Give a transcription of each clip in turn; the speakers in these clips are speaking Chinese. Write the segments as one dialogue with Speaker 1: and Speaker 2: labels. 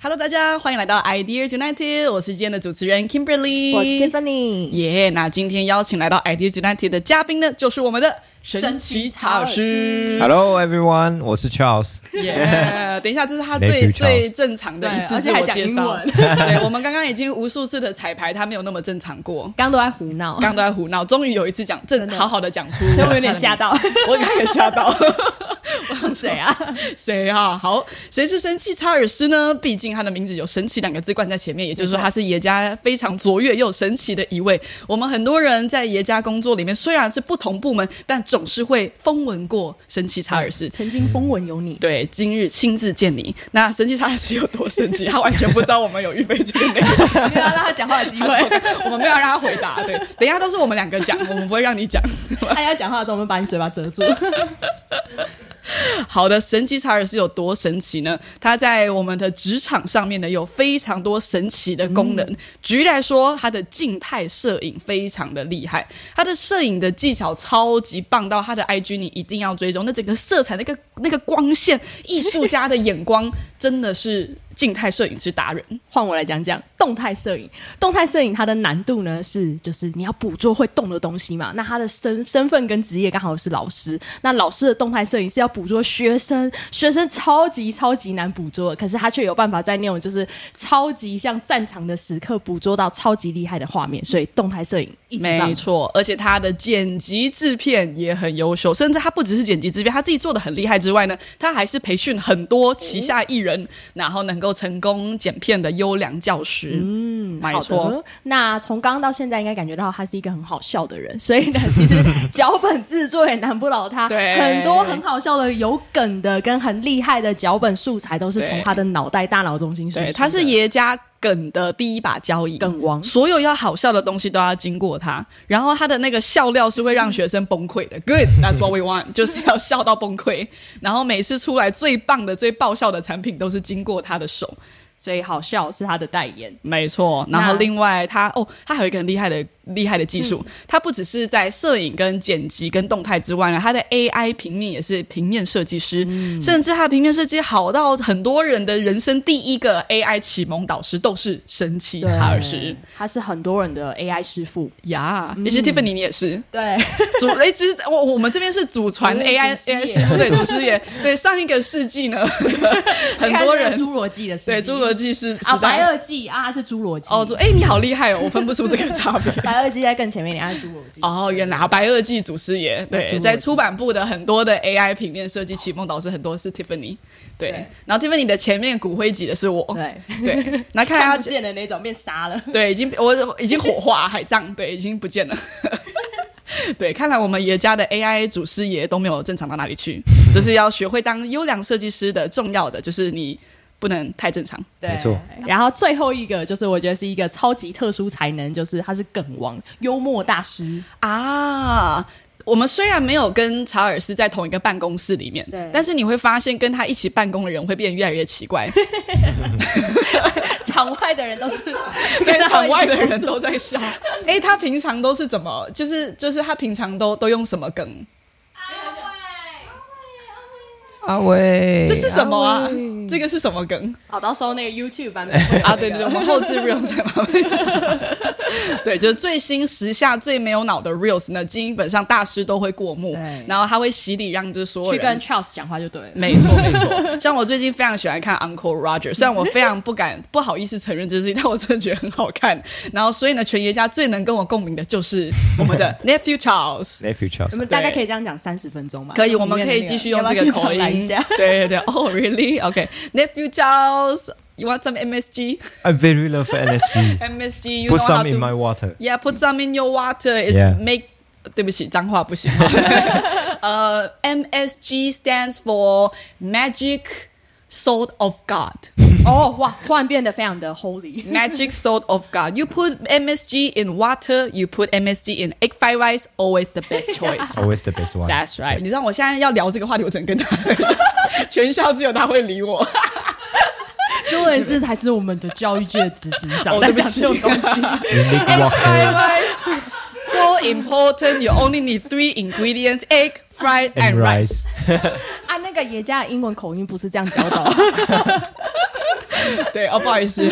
Speaker 1: Hello，大家欢迎来到 Idea United，我是今天的主持人 Kimberly，
Speaker 2: 我是 Tiffany。
Speaker 1: 耶那今天邀请来到 Idea United 的嘉宾呢，就是我们的神
Speaker 2: 神
Speaker 1: 奇
Speaker 2: 奇
Speaker 1: 查
Speaker 2: 查
Speaker 1: 尔
Speaker 2: 尔
Speaker 1: 斯。
Speaker 3: Hello everyone，我是 Charles。
Speaker 1: 耶！等一下，这是他最
Speaker 3: Nephew Charles
Speaker 1: 最正常的一次
Speaker 2: 对而
Speaker 1: 自
Speaker 2: 且还
Speaker 1: 我
Speaker 2: 讲
Speaker 1: 介
Speaker 2: 英
Speaker 1: 绍。
Speaker 2: 文
Speaker 1: 对，我们刚刚已经无数次的彩排，他没有那么正常过。
Speaker 2: 刚都在胡闹，
Speaker 1: 刚刚都在胡闹，终于有一次讲正
Speaker 2: 真的
Speaker 1: 好好的 讲出，
Speaker 2: 所以我有点吓，到。
Speaker 1: 我刚刚也吓到。
Speaker 2: 谁啊？
Speaker 1: 谁啊？好，谁是神奇查尔斯呢？毕竟他的名字有“神奇”两个字冠在前面，也就是说他是爷家非常卓越又神奇的一位。我们很多人在爷家工作里面，虽然是不同部门，但总是会风闻过神奇查尔斯。
Speaker 2: 曾经风闻有 你，
Speaker 1: 对，今日亲自见你。那神奇查尔斯有多神奇？他完全不知道我们有预备这个内容，
Speaker 2: 没啊有让 他讲话的机会。
Speaker 1: 我们没有让他回答。对，等一下都是我们两个讲，我们不会让你讲。
Speaker 2: 大家哎讲话的时候，我们把你嘴巴遮住。
Speaker 1: 好的，神奇查尔斯有多神奇呢？他在我们的职场上面呢，有非常多神奇的功能。举例来说，他的静态摄影非常的厉害，他的摄影的技巧超级棒到他的 IG 你一定要追踪。那整个色彩、那个那个光线，艺术家的眼光真的是静态摄影之达人。
Speaker 2: 换我来讲讲动态摄影。动态摄影它的难度呢是，就是你要捕捉会动的东西嘛。那他的身身份跟职业刚好是老师，那老师的动态摄影是要捕捉学生，学生超级超级难捕捉的，可是他却有办法在那种就是超级像战场的时刻捕捉到超级厉害的画面。所以动态摄影一级棒
Speaker 1: 没。错，而且他的剪辑制片也很优秀，甚至他不只是剪辑制片，他自己做的很厉害之外呢，他还是培训很多旗下艺人，然后能够成功剪片的优良教师。嗯，没
Speaker 2: 好
Speaker 1: 错。
Speaker 2: 的，那从刚刚到现在，应该感觉到他是一个很好笑的人，所 以呢，其实脚本制作也难不倒他。
Speaker 1: 对
Speaker 2: 很多很好笑的、有梗的、跟很厉害的脚本素材，都是
Speaker 1: 对
Speaker 2: 从他的脑袋、大脑中心输出
Speaker 1: 对，
Speaker 2: 的。
Speaker 1: 他是爷家梗的第一把交椅，
Speaker 2: 梗王
Speaker 1: 所有要好笑的东西都要经过他，然后他的那个笑料是会让学生崩溃的。Good，that's what we want，就是 要笑到崩溃。然后每次出来最棒的、最爆笑的产品都是经过他的手。
Speaker 2: 所以好笑是他的代言。
Speaker 1: 没错，然后
Speaker 2: 那
Speaker 1: 另外他哦，他还有一个很厉害的厉害的技
Speaker 2: 嗯
Speaker 1: 术，他不只是在摄影、跟剪辑、跟动态之外呢，他的 AI 平面也是平面设计师，
Speaker 2: 嗯
Speaker 1: 甚至他的平面设计好到很多人的人生第一个 AI 启蒙导师都是神奇查尔斯
Speaker 2: 对，嗯他是很多人的 AI 师傅。
Speaker 1: 呀。其实 Tiffany 你也是
Speaker 2: 对，
Speaker 1: 祖哎，其实我我们这边是祖传
Speaker 2: 我们
Speaker 1: AI
Speaker 2: 祖师
Speaker 1: AI
Speaker 2: 爷
Speaker 1: 师傅对祖师爷，对上一个世纪 呢，很多人
Speaker 2: 一开始是侏罗纪的事
Speaker 1: 对
Speaker 2: 迹
Speaker 1: 侏罗纪是
Speaker 2: 啊，
Speaker 1: 时代
Speaker 2: 白垩纪啊，这侏罗纪
Speaker 1: 哦，祖哎你好厉害哦，我分不出这个差别。
Speaker 2: 白垩纪在更前面，你看侏罗纪。
Speaker 1: 哦，原来啊白垩纪祖师爷对，
Speaker 2: 纪
Speaker 1: 在出版部的很多的 AI 平面设计启蒙导师很多是 Tiffany，对，
Speaker 2: 对
Speaker 1: 然后 Tiffany 的前面骨灰级的是我，
Speaker 2: 对，
Speaker 1: 对，那 看
Speaker 2: 看
Speaker 1: 他
Speaker 2: 不见的那种变沙了。
Speaker 1: 对，已经我已经火化海葬，对，已经不见了。 对，看来我们爷家的 AI 祖师爷都没有正常到哪里去，就是要学会当优良设计师的重要的就是你不能太正常。
Speaker 2: 对
Speaker 3: 没错。
Speaker 2: 然后最后一个就是我觉得是一个超级特殊才能，就是他是梗王、幽默大师。
Speaker 1: 啊。我们虽然没有跟查尔斯在同一个办公室里面，
Speaker 2: 对
Speaker 1: 但是你会发现跟他一起办公的人会变得越来越奇 怪，
Speaker 2: 场外的人 都是
Speaker 1: 跟场外的人都在笑。哎、他平常都是怎么？就是就是他平常都都用什么梗？
Speaker 3: 阿伟，
Speaker 1: 这是什么啊？这个是什么梗
Speaker 2: 跑到时候那个 YouTube 版本会有
Speaker 1: 啊？
Speaker 2: 那个
Speaker 1: 对对对，我们后置 reels 在旁边 对，就是最新时下最没有脑的 reels 呢，基本上大师都会过目
Speaker 2: 对，
Speaker 1: 然后他会洗礼，让就是所有
Speaker 2: 去
Speaker 1: 人
Speaker 2: 跟 Charles 讲话就对了。
Speaker 1: 没错，没 错。像我最近非常喜欢看 Uncle Roger，虽然我非常不敢、不好意思承认这件事情，但我真的觉得很好看。然后，所以呢，全爷家最能跟我共鸣的就是我们的 nephew Charles。
Speaker 2: 我
Speaker 3: nephew Charles？
Speaker 2: 们大概可以这样讲三十分钟吧。
Speaker 1: 可以，我们可以继续用这个口音。
Speaker 2: 要不要去重来一 下。
Speaker 1: 对对对，哦、r e a l l y o k nephew Charles，you want some MSG？MSG，you
Speaker 3: I very love NSG.
Speaker 1: know
Speaker 3: Put
Speaker 1: how
Speaker 3: some
Speaker 1: to
Speaker 3: in my water.
Speaker 1: Yeah, put some in your water. It's
Speaker 3: Yeah.
Speaker 1: make. 对不起，脏话不行。 呃、m s g stands for Magic Sword of God.
Speaker 2: 哦，哇，突然变得非常的 holy。
Speaker 1: Magic Sword of God. You put MSG in water. You put MSG in egg fried rice. Always the best choice.
Speaker 3: Always the best one.
Speaker 1: That's right. 你知道我现在要聊这个话题，我只能跟他， 全校只有他会理我。
Speaker 2: 中文是才是我们的教育界的执行长
Speaker 1: 哦，
Speaker 2: 在
Speaker 1: 对不
Speaker 2: 讲
Speaker 1: 起
Speaker 2: 这种东西。
Speaker 3: Unique
Speaker 1: egg fried
Speaker 3: water.
Speaker 1: rice. so important. You only need three ingredients: egg, fried, and
Speaker 3: And
Speaker 1: rice.
Speaker 3: rice.
Speaker 2: 啊，那个爷家的英文口音不是这样教导。
Speaker 1: 对哦，不好意思，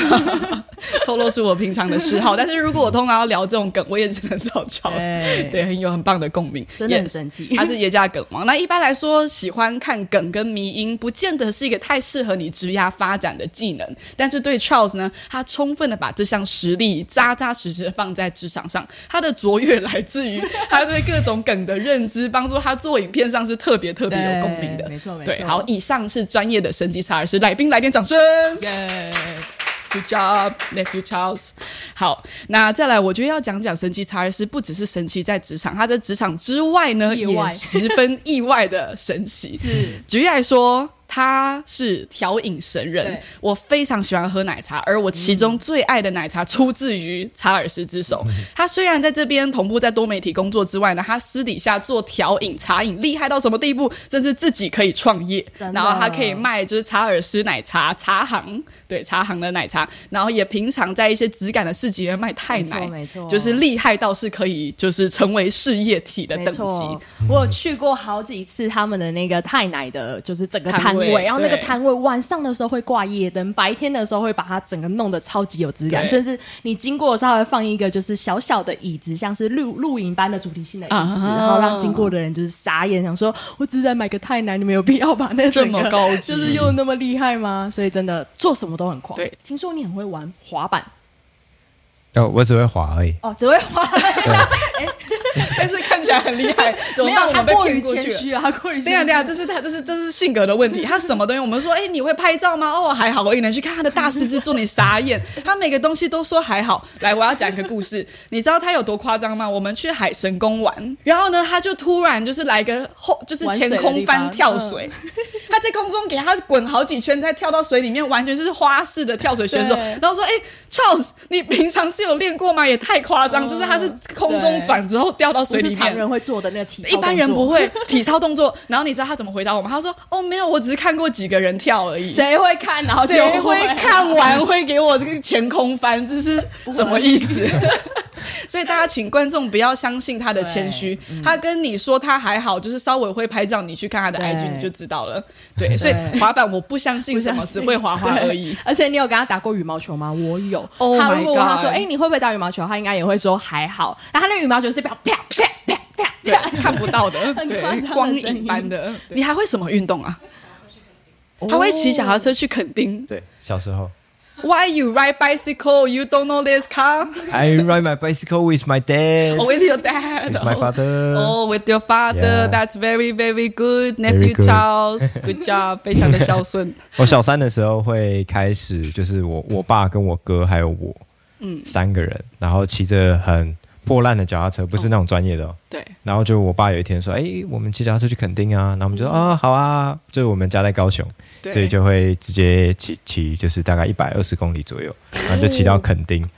Speaker 1: 透露出我平常的嗜好。但是如果我通常要聊这种梗，我也只能找 Charles，
Speaker 2: 对
Speaker 1: 对，很有很棒的共鸣，
Speaker 2: 真的很
Speaker 1: Yes
Speaker 2: 神奇
Speaker 1: 他是耶加梗王。那一般来说，喜欢看梗跟迷音，不见得是一个太适合你职涯发展的技能。但是对 Charles 呢，他充分的把这项实力扎扎实实的放在职场上。他的卓越来自于他对各种梗的认知，帮助他做影片上是特别特别 有共鸣的。
Speaker 2: 对没错没
Speaker 1: 对，
Speaker 2: 错
Speaker 1: 好，以上是专业的神级查尔斯，来宾来点掌声。Good job, nephew Charles。好，那再来，我觉得要讲讲神奇查尔斯，不只是神奇在职场，他在职场之外呢，
Speaker 2: 意外
Speaker 1: 也十分意外的神奇。是，举例来说。他是调饮神人
Speaker 2: 对，嗯
Speaker 1: 我非常喜欢喝奶茶，而我其中最爱的奶茶出自于查尔斯之手。他虽然在这边同步在多媒体工作之外呢，他私底下做调饮茶饮厉害到什么地步，甚至自己可以创业，
Speaker 2: 真的
Speaker 1: 然后他可以卖就是查尔斯奶茶茶行，对茶行的奶茶，然后也平常在一些质感的市集也卖太奶，
Speaker 2: 没错没错
Speaker 1: 就是厉害到是可以就是成为事业体的
Speaker 2: 没
Speaker 1: 等级
Speaker 2: 错。，我有去过好几次他们的那个泰奶的，就是整个
Speaker 1: 摊
Speaker 2: 摊
Speaker 1: 位
Speaker 2: 位，然后那个
Speaker 1: 对
Speaker 2: 摊位晚上的时候会挂夜灯，白天的时候会把它整个弄得超级有质感，
Speaker 1: 对
Speaker 2: 甚至你经过的时候还会放一个就是小小的椅子，像是露露营般的主题性的椅子，
Speaker 1: 啊
Speaker 2: 然后让经过的人就是傻眼，想说我只是在买个泰奶，你们有必要把那整个
Speaker 1: 这么高级
Speaker 2: 就是又那么厉害吗？所以真的做什么都很狂。
Speaker 1: 对，
Speaker 2: 听说你很会玩滑板
Speaker 3: 哦，我只会滑而已。
Speaker 2: 哦，只会滑板，
Speaker 1: 但是看起来很厉害，怎么
Speaker 2: 没
Speaker 1: 办？
Speaker 2: 有
Speaker 1: 我
Speaker 2: 他
Speaker 1: 们被
Speaker 2: 过于
Speaker 1: 骗过
Speaker 2: 谦
Speaker 1: 去了。
Speaker 2: 虚啊，他过于谦虚
Speaker 1: 对呀对呀，这是他，这是这是性格的问题。他什么东西，我们说，哎、你会拍照吗？哦，还好。我一能去看他的大狮子座，你傻眼。他每个东西都说还好。来，我要讲一个故事，你知道他有多夸张吗？我们去海神宫玩，然后呢，他就突然就是来个后，就是前空翻跳
Speaker 2: 嗯
Speaker 1: 水，他在空中给他滚好几圈，再跳到水里面，完全就是花式的跳水选手
Speaker 2: 对。
Speaker 1: 然后说，哎、c h a r l e s 你平常是有练过吗？也太夸张，就是他是空中
Speaker 2: 嗯对
Speaker 1: 转之后掉到
Speaker 2: 不
Speaker 1: 水里
Speaker 2: 是
Speaker 1: 面，
Speaker 2: 常人会做的那个体操
Speaker 1: 一般人
Speaker 2: 动作
Speaker 1: 不会 体操动作。然后你知道他怎么回答我吗？他说：“哦，没有，我只是看过几个人跳而已。”
Speaker 2: 谁会看？然后就
Speaker 1: 谁会看完会给我这个前空翻？这是什么意 思？所以大家请观众不要相信他的谦虚，
Speaker 2: 嗯
Speaker 1: 他跟你说他还好，就是稍微会拍照，你去看他的
Speaker 2: 对
Speaker 1: IG 你就知道了。对，所以滑板我不相信什么只会滑滑而已
Speaker 2: 对。而且你有跟他打过羽毛球吗？我有。
Speaker 1: Oh
Speaker 2: 他
Speaker 1: my
Speaker 2: 如果问他
Speaker 1: God
Speaker 2: 说：“哎、你会不会打羽毛球？”他应该也会说还好。然后他那个羽毛球是啪啪啪啪啪
Speaker 1: 对
Speaker 2: 啪，，
Speaker 1: 看不到的，
Speaker 2: 很
Speaker 1: 对
Speaker 2: 夸张，的
Speaker 1: 光
Speaker 2: 声
Speaker 1: 影
Speaker 2: 音
Speaker 1: 般的。你还会什么运动啊？
Speaker 2: 哦
Speaker 1: 他会骑脚踏车去垦丁。
Speaker 3: 对，小时候
Speaker 1: Why you ride bicycle? You don't know this car?
Speaker 3: I ride my bicycle with my dad.
Speaker 1: Oh, with your dad.
Speaker 3: With my father.
Speaker 1: Oh, with your father.
Speaker 3: Yeah.
Speaker 1: That's very, very good, nephew
Speaker 3: Very good.
Speaker 1: Charles. Good job，非常的孝顺。
Speaker 3: 我小三的时候会开始，就是我我爸跟我哥还有我，嗯，三个人，然后骑着很破烂的脚踏车，不是那种专业的、哦。
Speaker 1: 对，
Speaker 3: 然后就我爸有一天说：“哎，我们骑脚踏车去垦丁啊。”然后我们就
Speaker 2: 嗯
Speaker 3: 说：“啊、好啊。”就是我们家在高雄，
Speaker 1: 对
Speaker 3: 所以就会直接骑骑，就是大概一百二十公里左右，然后就骑到垦
Speaker 2: 哦
Speaker 3: 丁。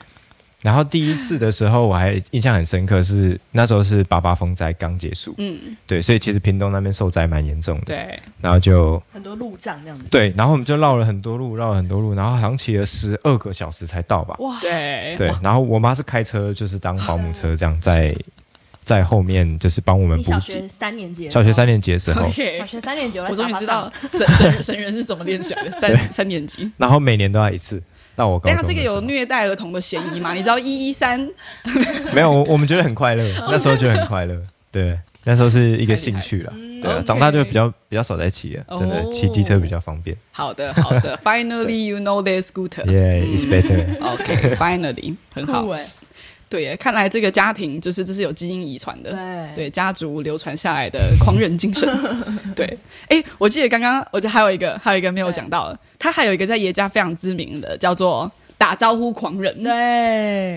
Speaker 3: 然后第一次的时候，我还印象很深刻是，那时候是八八风灾刚结束，
Speaker 1: 嗯，
Speaker 3: 对，所以其实屏东那边受灾蛮严重的，
Speaker 1: 对，
Speaker 3: 然后就
Speaker 2: 很多路障那样子。
Speaker 3: 对，然后我们就绕了很多路，绕了很多路，然后好像骑了十二个小时才到吧。
Speaker 2: 哇，
Speaker 1: 对，
Speaker 3: 对，然后我妈是开车，就是当保姆车这样，在在后面就是帮我们
Speaker 2: 你
Speaker 3: 补
Speaker 2: 小
Speaker 3: 给
Speaker 2: 学。三年级的时
Speaker 3: 小
Speaker 2: 候，
Speaker 3: 学三年级的时候，
Speaker 2: 小
Speaker 1: ，OK，
Speaker 2: 学三年级，我
Speaker 1: 我
Speaker 2: 在
Speaker 1: 终
Speaker 2: 沙
Speaker 1: 于
Speaker 2: 发
Speaker 1: 知道
Speaker 2: 上。
Speaker 1: 神神神人是怎么练起来的。三三年级，
Speaker 3: 然后每年都要一次。那我高
Speaker 1: 等一
Speaker 3: 中
Speaker 1: 下
Speaker 3: 的
Speaker 1: 这
Speaker 3: 时
Speaker 1: 个
Speaker 3: 候
Speaker 1: 有虐待儿童的嫌疑吗？你知道一一三？
Speaker 3: 没有？我我们觉得很快乐，那时候觉得很快乐。对，那时候是一个兴趣啦。对啊
Speaker 1: OK，
Speaker 3: 长大就比较比较少在骑了，真的
Speaker 1: 哦
Speaker 3: 骑机车比较方便。
Speaker 1: 好的，好 的，Finally you know this scooter。
Speaker 3: Yeah，it's better。
Speaker 1: OK，Finally，很好
Speaker 2: 酷。哎，
Speaker 1: 对耶，看来这个家庭就是这是有基因遗传的，
Speaker 2: 对啊
Speaker 1: 家族流传下来的狂人精 神。对，哎，我记得刚刚我就还有一个，还有一个没有讲到的，他还有一个在爷家非常知名的，叫做打招呼狂人。
Speaker 2: 对，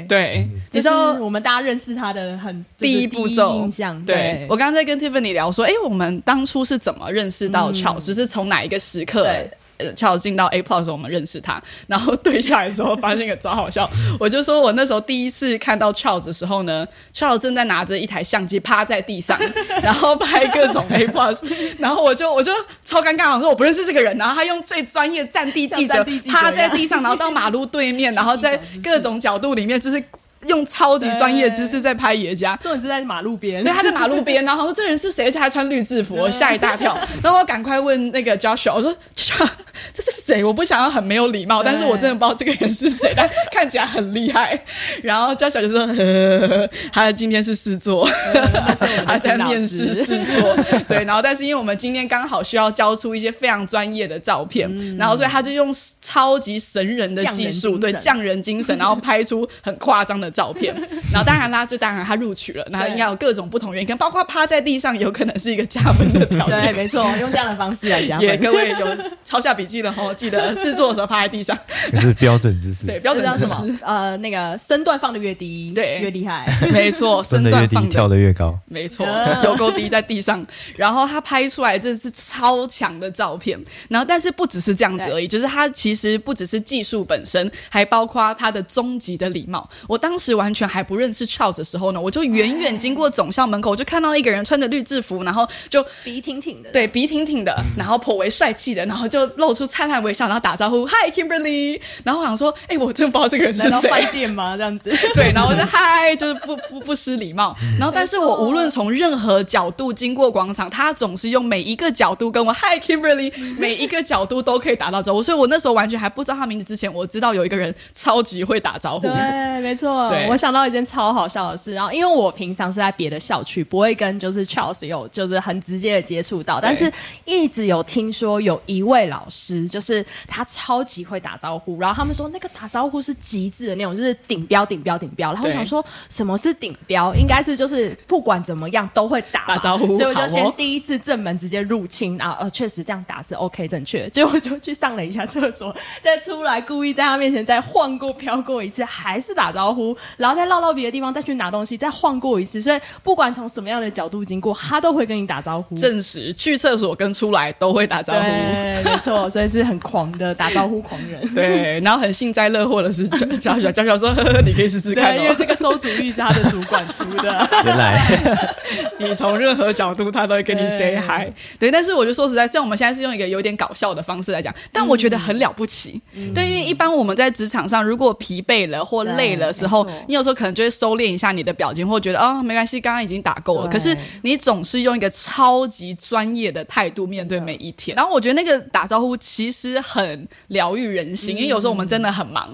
Speaker 2: 嗯
Speaker 1: 对，你
Speaker 2: 这
Speaker 1: 知
Speaker 2: 是
Speaker 1: 道
Speaker 2: 我们大家认识他的很就
Speaker 1: 第
Speaker 2: 是
Speaker 1: 一步骤
Speaker 2: 印象。
Speaker 1: 对
Speaker 2: 对，
Speaker 1: 我刚刚在跟 Tiffany 聊说，哎，我们当初是怎么认识到 Charles，、就是从哪一个时刻
Speaker 2: 嗯对。
Speaker 1: 呃 Charles 进到 A Plus 的时候，我们认识他，然后对下来之后发现个超好笑。 我就说我那时候第一次看到 Charles 的时候呢，Charles 正在拿着一台相机趴在地上， 然后拍各种 A Plus，然 后我就我就超尴尬，我说我不认识这个人，啊然后他用最专业战地记者
Speaker 2: 像战地记者
Speaker 1: 趴在
Speaker 2: 一样
Speaker 1: 地上，然后到马路对面，然后在各种角度里面就是。用超级专业知识在拍野家，
Speaker 2: 重点是在马路边，
Speaker 1: 对，他 在马路边，然后我说这个人是谁？而且还穿绿制服，我吓一大跳。然后我赶快问那个 Joshua，我说 Joshua，这 是谁？我不想要很没有礼貌，但是我真的不知道这个人是谁，但看起来很厉害。然后 Joshua 就说， 呃，他今天是试做， 他在面试试做，对。然后但是因为我们今天刚好需要交出一些非常专业的照片，然后所以他就用超级神人的技术，
Speaker 2: 嗯匠人精神
Speaker 1: 对匠人精神，然后拍出很夸张的照片。然后当然啦，就当然他录取了，然后应该有各种不同原因，包括趴在地上有可能是一个加分的条
Speaker 2: 对，
Speaker 1: 件。
Speaker 2: 没错，用这样的方式来加
Speaker 1: 哦也
Speaker 2: 分。
Speaker 1: 各位有抄下笔记了哦，记得制作的时候趴在地上，
Speaker 3: 这是标准知识。
Speaker 1: 对标
Speaker 2: 这
Speaker 1: 准
Speaker 2: 叫
Speaker 1: 姿
Speaker 2: 什
Speaker 1: 势，
Speaker 2: 么？呃，那个身段放的越低，
Speaker 1: 对
Speaker 2: 越厉害。
Speaker 1: 没错，身
Speaker 3: 真的
Speaker 1: 段
Speaker 3: 越低
Speaker 1: 放
Speaker 3: 跳
Speaker 1: 的
Speaker 3: 得越高，
Speaker 1: 没错，有够低在地上，然后他拍出来这是超强的照片，然后但是不只是这样子而已，就是他其实不只是技术本身，还包括他的终极的礼貌。我当时完全还不认识 Charles 的时候呢，我就远远经过总校门口，我就看到一个人穿着绿制服，然后就
Speaker 4: 笔挺挺的，
Speaker 1: 对，笔挺挺的，然后颇为帅气的，然后就露出灿烂微笑，然后打招呼，Hi Kimberly。然后我想说，哎、我真不知道这个人是
Speaker 2: 来到
Speaker 1: 谁
Speaker 2: 饭。店吗？这样子，
Speaker 1: 对，然后我就嗨，就是不不不失礼貌。
Speaker 2: 嗯
Speaker 1: 然后，但是我无论从任何角度经过广场，他总是用每一个角度跟我嗨 Kimberly，每一个角度都可以打到招呼。所以我那时候完全还不知道他名字之前，我知道有一个人超级会打招呼。
Speaker 2: 对，没 错
Speaker 1: 对。
Speaker 2: 我想到一件超好笑的事，然后因为我平常是在别的校区，不会跟就是 Charles 有就是很直接的接触到，但是一直有听说有一位老师，就是他超级会打招呼，然后他们说那个打招呼是极致的那种，就是顶标顶标顶标。然后我
Speaker 1: 对
Speaker 2: 想说什么是顶标？应该是就是不管怎么样都会打嘛
Speaker 1: 打招呼
Speaker 2: 所以我就
Speaker 1: 好
Speaker 2: 先
Speaker 1: 哦
Speaker 2: 第一次正门直接入侵，然后呃确实这样打是 OK 正确的， 结果就去上了一下厕所，再出来故意在他面前再晃过飘过一次，还是打招呼，然后再绕到别的地方再去拿东西，再晃过一次，所以不管从什么样的角度经过，他都会跟你打 招呼。
Speaker 1: 证实去厕所跟出来都会打招呼。
Speaker 2: 对，没错，所以是很狂的打招呼狂 人。
Speaker 1: 对，然后很幸灾乐祸的是 娇小娇小说呵呵，你可以试试看
Speaker 2: 对，啊因为
Speaker 1: 哦。
Speaker 2: 这个馊主意是他的主管出 的。
Speaker 3: 原 来
Speaker 1: 你从任何角度，他都会跟你 say hi。对，但是我就说实在，虽然我们现在是用一个有点搞笑的方式来讲，但我觉得很了不起。对，因为一般我们在职场上，如果疲惫了或累了时候
Speaker 2: 对没错，
Speaker 1: 你有时候可能就会收敛一下你的表情，或觉得啊、没关系，刚刚已经打够了。
Speaker 2: 对
Speaker 1: 可是你总是用一个超级专业的态度面对每一天。然后我觉得那个打招呼其实很疗愈人心，
Speaker 2: 嗯
Speaker 1: 因为有时候我们真的很忙，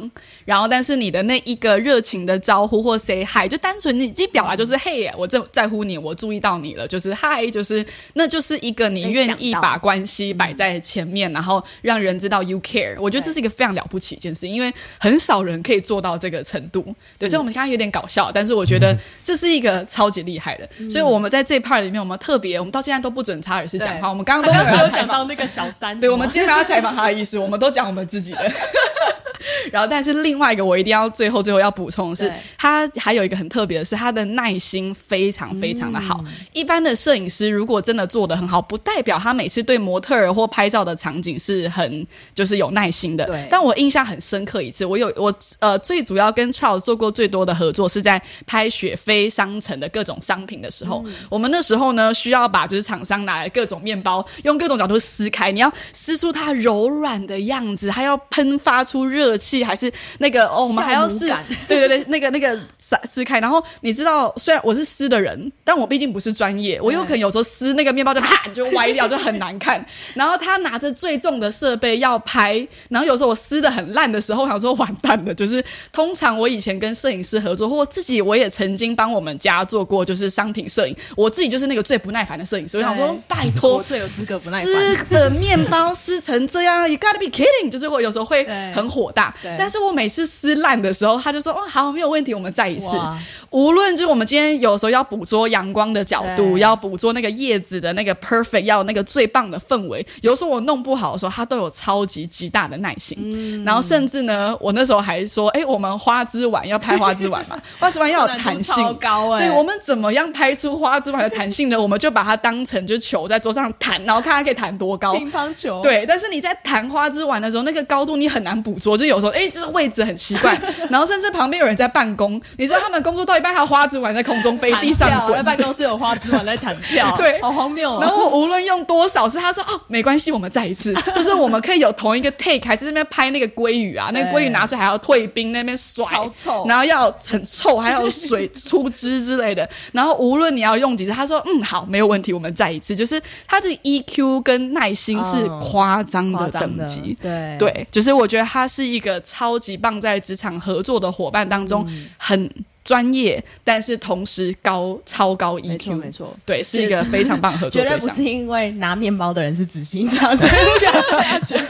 Speaker 1: 然后但是你的那一个热情的招呼或 say hi，就单纯你一表达
Speaker 2: 嗯
Speaker 1: 就是嘿，我在在乎你，我注意到你了，就是 hi，就是那就是一个你愿意把关系摆在前面，然后让人知道 you care。我觉得这是一个非常了不起一件事，因为很少人可以做到这个程度。对，所以我们刚刚有点搞笑，但是我觉得这是一个超级厉害的。所以我们在这一 part 里面，我们特别，我们到现在都不准查尔斯讲话，
Speaker 2: 对
Speaker 1: 我们刚刚都没有要
Speaker 2: 有
Speaker 1: 采
Speaker 2: 讲
Speaker 1: 访
Speaker 2: 到那个小三，
Speaker 1: 对，我们今天没有要采访他的意思，我们都讲我们自己的。然后，但是另外一个我一定要最后最后要补充的是
Speaker 2: 对，
Speaker 1: 他还有一个很特别的是，他的耐心非常非常的好。一般的摄影师如果真的做的很好，不代表他每次对模特儿或拍照的场景是很就是有耐心的
Speaker 2: 对。
Speaker 1: 但我印象很深刻一次，我有我呃最主要跟 Charles 做过最多的合作是在拍雪菲商城的各种商品的时候，
Speaker 2: 嗯
Speaker 1: 我们那时候呢需要把就是厂商拿来各种面包，用各种角度撕开，你要撕出它柔软的样子，还要喷发出热气，还是那个哦，我们还要
Speaker 2: 酵母
Speaker 1: 是
Speaker 2: 感
Speaker 1: 对对对，那个那个撕撕开，然后你知道，虽然我是撕的人，但我毕竟不是专业，我有可能有时候撕那个面包就啪就歪掉，就很难看。然后他拿着最重的设备要拍，然后有时候我撕的很烂的时候，我想说完蛋了。就是通常我以前跟摄影师合作，或自己我也曾经帮我们家做过，就是商品摄影，我自己就是那个最不耐烦的摄影师。我想说
Speaker 2: 对，
Speaker 1: 拜托，
Speaker 2: 我最有资格不耐 烦。
Speaker 1: 撕的面包撕成这样，You gotta be kidding！就是我有时候会
Speaker 2: 对
Speaker 1: 很火大
Speaker 2: 对，
Speaker 1: 但是我每次撕烂的时候，他就说：“哦，好，没有问题，我们再一次
Speaker 2: 哇。”
Speaker 1: 无论就是我们今天有时候要捕捉阳光的角度，
Speaker 2: 对
Speaker 1: 要捕捉那个叶子的那个 perfect，要有那个最棒的氛围。有时候我弄不好的时候，他都有超级极大的耐心。
Speaker 2: 嗯
Speaker 1: 然后甚至呢，我那时候还说：“哎，我们花枝丸要拍花枝丸嘛，花枝丸要有弹性
Speaker 2: 难度超，高哎
Speaker 1: 对我们怎么样拍出花枝丸的弹性呢？我们就把它当成就球在桌上弹，然后看它可以弹多高。
Speaker 2: 乒乓球，
Speaker 1: 对，但是你在弹花枝丸的时候，那个高度你很难捕捉，就有时候，哎，这个位置很奇 怪，然后甚至旁边有人在办公，你知道他们工作到一半，还有花枝丸在空中飞，地上
Speaker 2: 在
Speaker 1: 滚。
Speaker 2: 办公室有花枝丸在弹 跳，
Speaker 1: 对
Speaker 2: 好荒谬
Speaker 1: 然
Speaker 2: 哦。
Speaker 1: 后我无论用多少次，他说哦，没关系，我们再一 次，就是我们可以有同一个 take，还是那边拍那个鲑鱼啊，那个鲑鱼拿出来还要退冰，那边甩，
Speaker 2: 超臭
Speaker 1: 然后要很臭，还有水出汁之类的。然后无论你要用几次，他说嗯好，没有问题，我们再一次。就是他的 EQ 跟耐心是
Speaker 2: 哦
Speaker 1: 夸张
Speaker 2: 夸
Speaker 1: 的
Speaker 2: 张的
Speaker 1: 等级。
Speaker 2: 对
Speaker 1: 对，就是我觉得他是一个超级棒，在职场合作的伙伴当中、
Speaker 2: 嗯
Speaker 1: 很专业，但是同时高超高 E
Speaker 2: 没错
Speaker 1: EQ，
Speaker 2: 没错。
Speaker 1: 对，是一个非常棒的合作
Speaker 2: 绝
Speaker 1: 对
Speaker 2: 对
Speaker 1: 象。
Speaker 2: 不是因为拿面包的人是紫心肠， 所以不要大家 觉得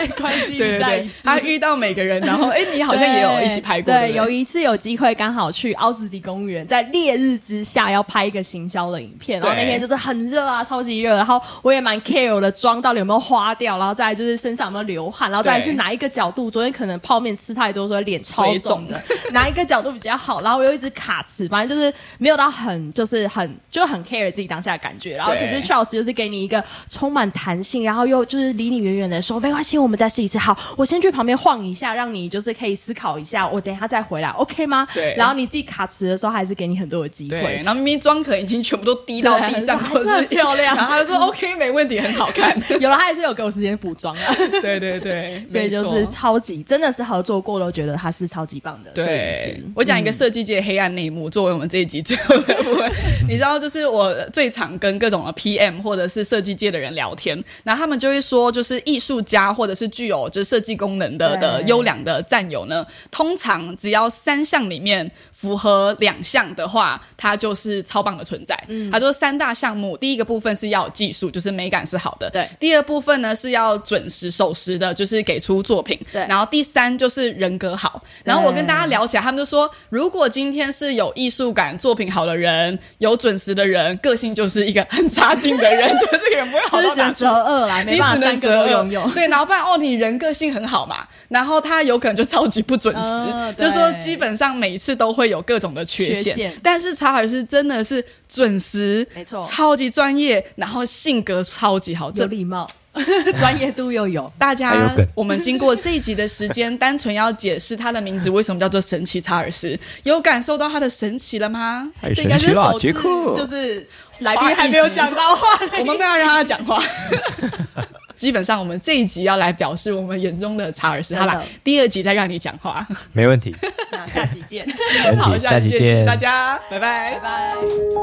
Speaker 2: 没关系，
Speaker 1: 对对
Speaker 2: 你再一
Speaker 1: 对
Speaker 2: 次，。
Speaker 1: 他遇到每个人，然后哎，你好像也有一起拍过，
Speaker 2: 对，
Speaker 1: 对不对
Speaker 2: 有一次有机会刚好去奥斯迪公园，在烈日之下要拍一个行销的影片，然后
Speaker 1: 对
Speaker 2: 那天就是很热啊，超级热，然后我也蛮 care 的，妆到底有没有花掉，然后再来就是身上有没有流汗，然后再来
Speaker 1: 对
Speaker 2: 是哪一个角度，昨天可能泡面吃太多，所以脸超
Speaker 1: 水
Speaker 2: 肿
Speaker 1: 肿
Speaker 2: 的， 哪一个角度比较好，然后我又一直卡词，反正就是没有到很就是很就很 care 自己当下的感觉，然后可
Speaker 1: 对
Speaker 2: 是 Charles 就是给你一个充满弹性，然后又就是离你远远的说没关系，我们再试一次。好，我先去旁边晃一下，让你就是可以思考一下，我等一下再回来，OK 吗？
Speaker 1: 对
Speaker 2: 然后你自己卡词的时候，还是给你很多的机
Speaker 1: 对，
Speaker 2: 会。
Speaker 1: 然后明明妆可能已经全部都滴到地上，
Speaker 2: 对
Speaker 1: 或者
Speaker 2: 还是很漂亮
Speaker 1: 然后他就说 OK，没问题，很好 看。
Speaker 2: 有了，他也是有给我时间补妆啊，
Speaker 1: 对对对，
Speaker 2: 所以就
Speaker 1: 没
Speaker 2: 是
Speaker 1: 错
Speaker 2: 超级，真的是合作过都觉得他是超级棒的摄影
Speaker 1: 对
Speaker 2: 师。，
Speaker 1: 我讲一个设计界黑暗内幕，作为我们这一集最后的部 分。你知道，就是我最常跟各种的 PM 或者是设计界的人聊天，然后他们就会说，就是艺术家或者是具有就是设计功能的
Speaker 2: 对
Speaker 1: 的优良的战友呢，通常只要三项里面符合两项的话，它就是超棒的存在。
Speaker 2: 嗯
Speaker 1: 他说三大项目，第一个部分是要有技术，就是美感是好的；
Speaker 2: 对
Speaker 1: 第二部分呢是要准时守时的，就是给出作品；
Speaker 2: 对
Speaker 1: 然后第三就是人格好。然后我跟大家聊起来，他们就说，如果今天是有艺术感、作品好的人，有准时的人，个性就是一个很差劲的人，就这个人不会好
Speaker 2: 就是
Speaker 1: 到
Speaker 2: 只
Speaker 1: 哪
Speaker 2: 能
Speaker 1: 去
Speaker 2: 择。二啦，
Speaker 1: 你
Speaker 2: 没办
Speaker 1: 只
Speaker 2: 法三
Speaker 1: 能
Speaker 2: 个
Speaker 1: 择
Speaker 2: 都
Speaker 1: 二
Speaker 2: 拥有。
Speaker 1: 对，然后不然哦，你人个性很好嘛，然后他有可能就超级不准 时，
Speaker 2: 嗯对
Speaker 1: 就说基本上每一次都会有各种的缺
Speaker 2: 缺陷
Speaker 1: 但是查尔斯真的是准时，
Speaker 2: 没错
Speaker 1: 超级专业，然后性格超级好，
Speaker 2: 有
Speaker 1: 这
Speaker 2: 礼貌， 专业度又有。
Speaker 1: 大
Speaker 3: 还
Speaker 1: 家
Speaker 3: 有梗，
Speaker 1: 我们经过这一集的时间，单纯要解释他的名字为什么叫做神奇查尔斯，有感受到他的神奇了吗？
Speaker 3: 太
Speaker 2: 这应
Speaker 3: 神
Speaker 2: 该
Speaker 3: 奇
Speaker 2: 是
Speaker 3: 了
Speaker 2: 首，
Speaker 3: 杰
Speaker 2: 次，
Speaker 3: 克！
Speaker 2: 就是来宾还没有讲到话 的
Speaker 1: 我们不要让他讲 话。基本上，我们这一集要来表示我们眼中的查尔斯。好
Speaker 2: 真
Speaker 1: 啦
Speaker 2: 的，
Speaker 1: 第二集再让你讲话。
Speaker 3: 没问题，
Speaker 2: 那下期见，
Speaker 3: 没问
Speaker 1: 好，
Speaker 3: 题，
Speaker 1: 下
Speaker 3: 下
Speaker 1: 期
Speaker 3: 期
Speaker 1: 见，谢谢
Speaker 3: 见
Speaker 1: 大。家，拜拜
Speaker 2: 拜。拜。